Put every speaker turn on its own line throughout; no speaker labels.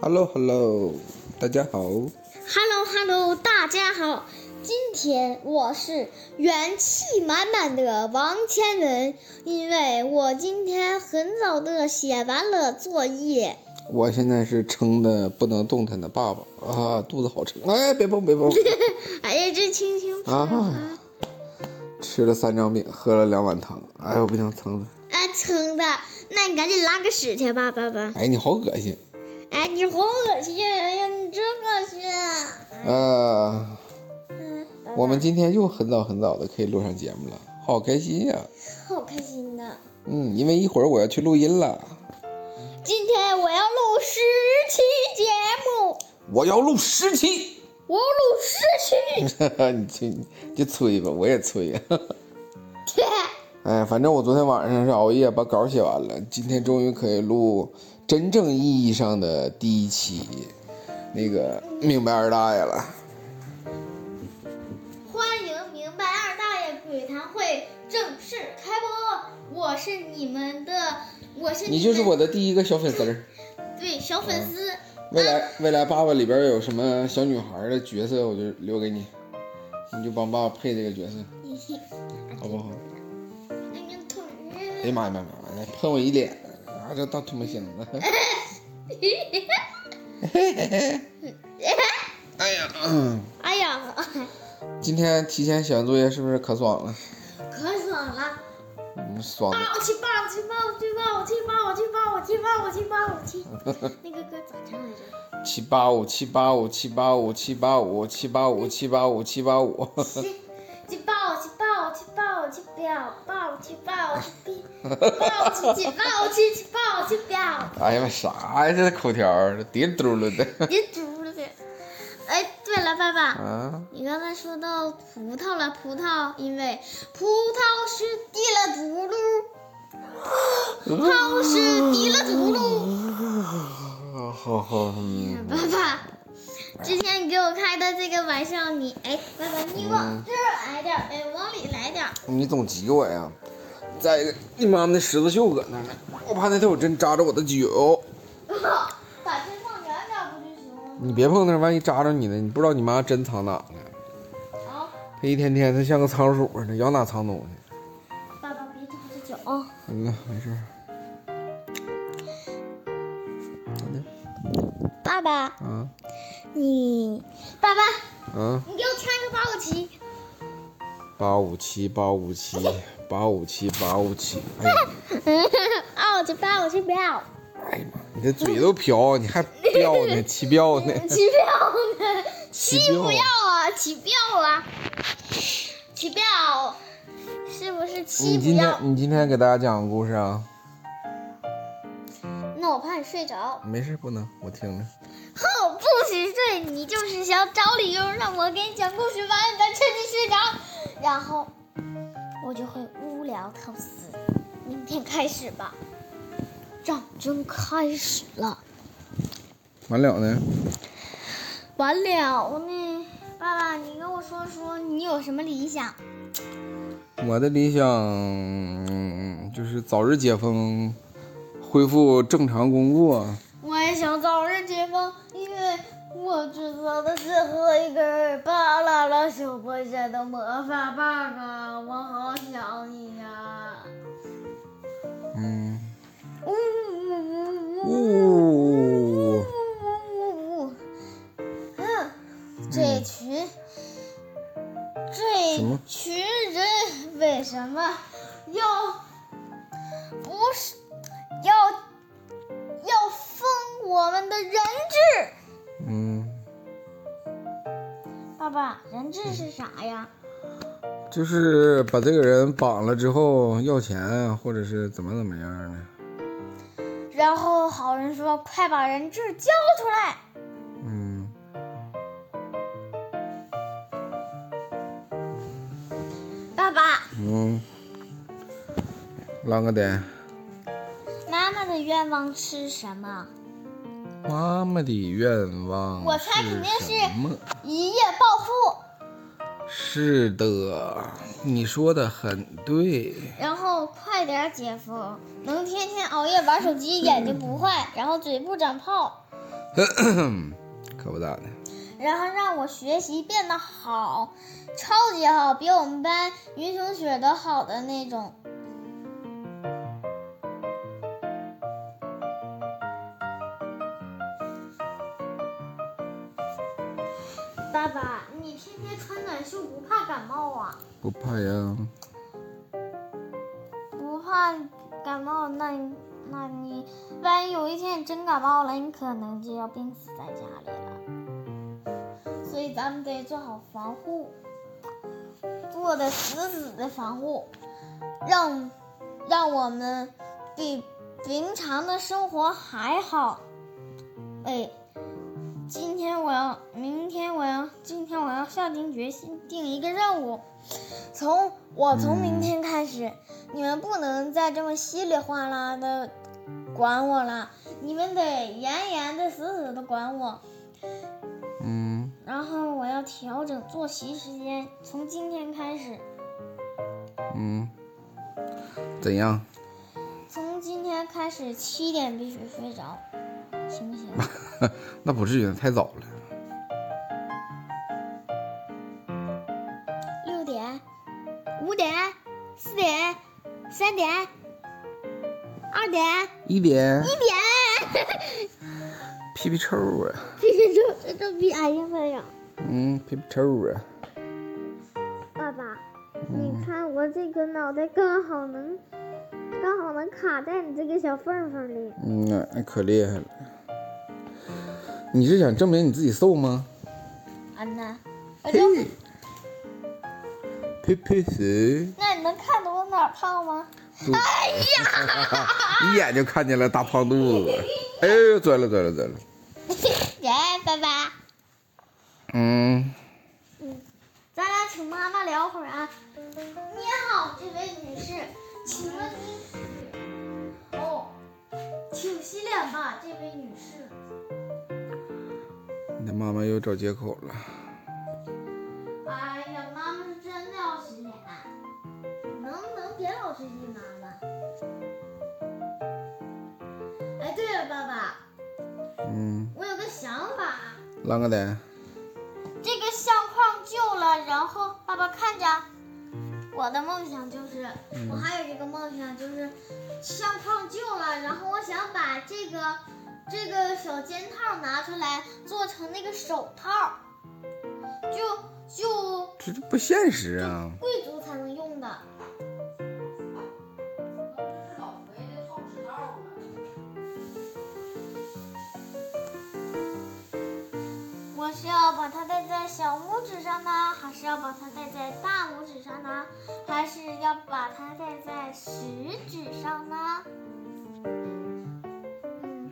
Hello Hello，大家好，
Hello Hello，大家好，今天我是元气满满的王千文，因为我今天很早的写完了作业。
我现在是撑的不能动弹的爸爸啊，肚子好撑，哎，别碰别 碰
哎呀，这青青不是
啊！吃了三张饼，喝了两碗汤，哎，我不想撑了，
哎撑的，那你赶紧拉个屎去吧，爸爸。
哎，你好恶心
哎，你好恶心！哎呀，你真恶心、啊。
啊！
嗯，爸爸
我们今天又很早很早的可以录上节目了，好开心呀、
好开心呐！
嗯，因为一会儿我要去录音了，
今天我要录十期节目，
我要录十期，
我要录十期。
你去你就催吧，我也催呀。
切
哎，反正我昨天晚上是熬夜把稿写完了，今天终于可以录真正意义上的第一期，那个明白二大爷了。
欢迎明白二大爷鬼谈会正式开播，我是你们的，我是
你
们
就是我的第一个小粉丝儿。
对小粉丝。
未来未来爸爸里边有什么小女孩的角色，我就留给你，你就帮爸爸配这个角色，好不好？
哎呀，痛
哎呀妈呀妈呀妈呀！喷我一脸，啊，这大唾沫星子。 哎呀，嗯
哎呀，
今天提前写完作业是不是可爽了？
可爽了！
嗯，爽的。
抱我去，抱我去，抱我去，抱我去，抱我去，抱我去，抱我去，抱我去。那个歌咋唱来着？
七八五七八五七八五七八五七八五七八五七八五，
去抱我去，抱我去，抱我去，表抱我去，抱我去，抱我去，抱我去，抱我去，表。
哎呀妈，啥呀？这口条儿滴里嘟噜的
别读了呗。哎，对了，爸爸，
啊！
你刚才说到葡萄了，葡萄，因为葡萄是滴了嘟噜，葡萄是滴了嘟
啊
噜。
好好，嗯，
爸爸，之前你给我开的这个玩笑，你哎，爸爸，你往这儿来点儿，哎，往里来点儿。
你总挤我呀！再一个，你妈那十字绣搁那儿呢，我怕那条针扎着我的脚。
把针放远点儿不就行了吗？
你别碰那儿，万一扎着你呢？你不知道你妈针藏哪呢？
好，
她一天天她像个仓鼠似的，咬哪藏东西。
爸爸别扎着脚啊。
嗯呐，没事儿。真的
爸爸，
啊
你，爸爸，
啊！
你给我穿个八五旗。
八五七八五七八五七八五七，哎呀，
啊，我去抱，我去表。
哎呀妈，你这嘴都瓢，啊你还飙呢，气飙 呢，
起票呢？
起
起
票
不要啊！起票啊！起票，是不是
你
七
今
不
天
要？
你今天给大家讲个故事啊？
那我怕你睡着。
没事，不能，我听着。
哼，不许睡！你就是想找理由让我给你讲故事，完了咱趁你睡着，然后我就会无聊透死。明天开始吧，战争开始了。
完了呢？
完了呢，爸爸，你跟我说说你有什么理想？
我的理想嗯就是早日解封，恢复正常工作。
我也想早日解放，因为我制造的最后一根巴啦啦小魔仙的魔法棒啊！我好想你呀、
嗯，
呜呜呜
呜、
呜
哦，
呜呜呜！嗯，这群、
什么
这群人为什么要不是要要封我们的人质？
嗯，
爸爸，人质是啥呀？
就是把这个人绑了之后要钱啊，或者是怎么怎么样呢？
然后好人说：“快把人质交出来
嗯，！”
爸爸，
嗯，啷个的？
妈妈的愿望是什么？
妈妈的愿望，
我猜肯定是
什么？
一夜暴富。
是的，你说的很对。
然后快点解封，能天天熬夜玩手机，眼睛不坏，然后嘴不长泡。
可不咋的。
然后让我学习变得好，超级好，比我们班云同学都好的那种。爸爸，你天天穿短袖不怕感冒啊？
不怕呀，
不怕感冒，那你那你万一有一天你真感冒了，你可能就要病死在家里了。所以咱们得做好防护，做的死死的防护，让让我们比平常的生活还好。哎，今天我要，明天我要，今天我要下定决心定一个任务，从我从明天开始。你们不能再这么稀里哗啦的管我了，你们得严严的、死死的管我。
嗯，
然后我要调整作息时间，从今天开始，
嗯，怎样？
从今天开始七点必须睡着，行不 行？
那不至于，太早了。
六点、五点、四点、三点、二点、
一点
一点，
屁屁臭啊，
这些都这都比俺兴奋呀！
嗯，屁屁臭啊，
爸爸，你看我这个脑袋刚好能，刚好能卡在你这个小缝缝里。
嗯，那那可厉害了。你是想证明你自己瘦吗？
安娜，我
嘿
就，
呸呸谁？
那你能看到我哪儿胖 吗？
肚子， 一眼就看见了大胖肚子。哎呦，钻了钻了钻了。
耶，爸爸，
嗯，
咱俩请妈妈聊会儿啊。你好，这位女士，请问您哦，请洗脸吧，这位女士。
你的妈妈又找借口了。
哎呀，妈妈是真的要洗脸，啊能不能别老是一妈妈？哎，对了，爸爸，
嗯，
我有个想法，啊
啷个的？
这个相框旧了，然后爸爸看着，我的梦想就是，我还有一个梦想就是，相框旧了，然后我想把这个这个小肩套拿出来做成那个手套，就就
这这不现实啊！
贵族才能用的。我是要把它戴在小拇指上呢，还是要把它戴在大拇指上呢，还是要把它戴在食指上呢？嗯，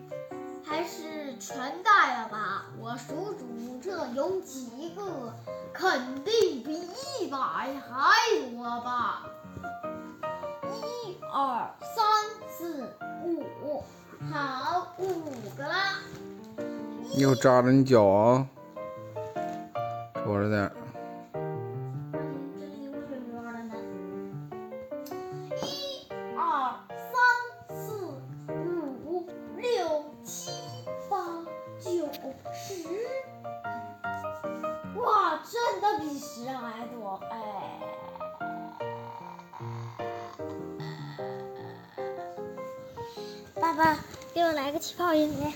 还是全戴了吧？我数数这有几个，肯定比一百还多吧？一二三四五，好，五个啦。
一会儿扎着你脚啊！瞅着点儿，
这离我远远的呢。一、二、三、四、五、六、七、八、九、十。哇，真的比十还多哎！爸爸，给我来个气泡饮料。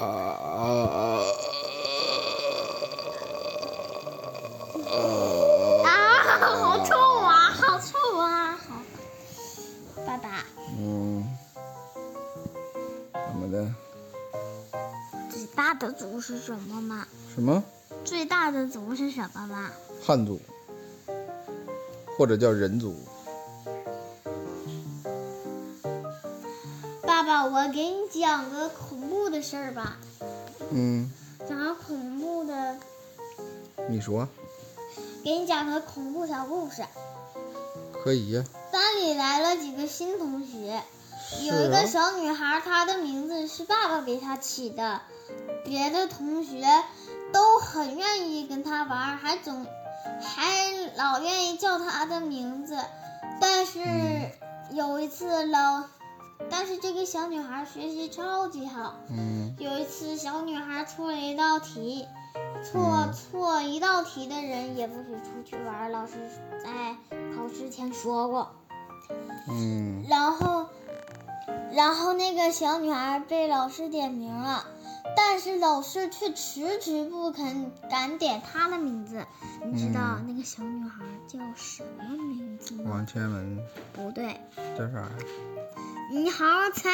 啊啊啊！
啊，好臭啊，好臭啊！好，爸爸，
嗯，怎么的？
最大的族是什么吗？
什么
最大的族是什么吗？
汉族，或者叫人族？
爸爸，我给你讲个恐怖的事儿吧，
嗯，
讲个恐怖的，
你说
给你讲个恐怖小故事。
可以呀、
班里来了几个新同学，
是
有一
啊
个小女孩，她的名字是爸爸给她起的，别的同学都很愿意跟她玩儿，还总还老愿意叫她的名字。但是有一次老但是这个小女孩学习超级好。
嗯
有一次，小女孩错了一道题，错错一道题的人也不许出去玩儿。老师在考试前说过。
嗯
然后，然后那个小女孩被老师点名了，但是老师却迟迟不肯敢点她的名字。你知道那个小女孩叫什么名字吗？
王千文
不对，
叫啥呀？
你好好猜。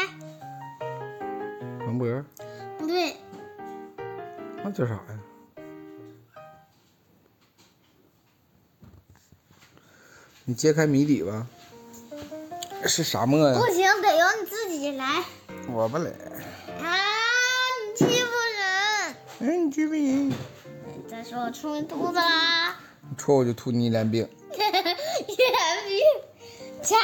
文博？
不对，
那叫啥呀？你揭开谜底吧。是啥墨呀
不？行，得由你自己来。
我不来。
啊，你欺负人！
嗯，你这个人，你
再说我出犊 子啦！
戳我就吐你一脸饼。
一脸皮，掐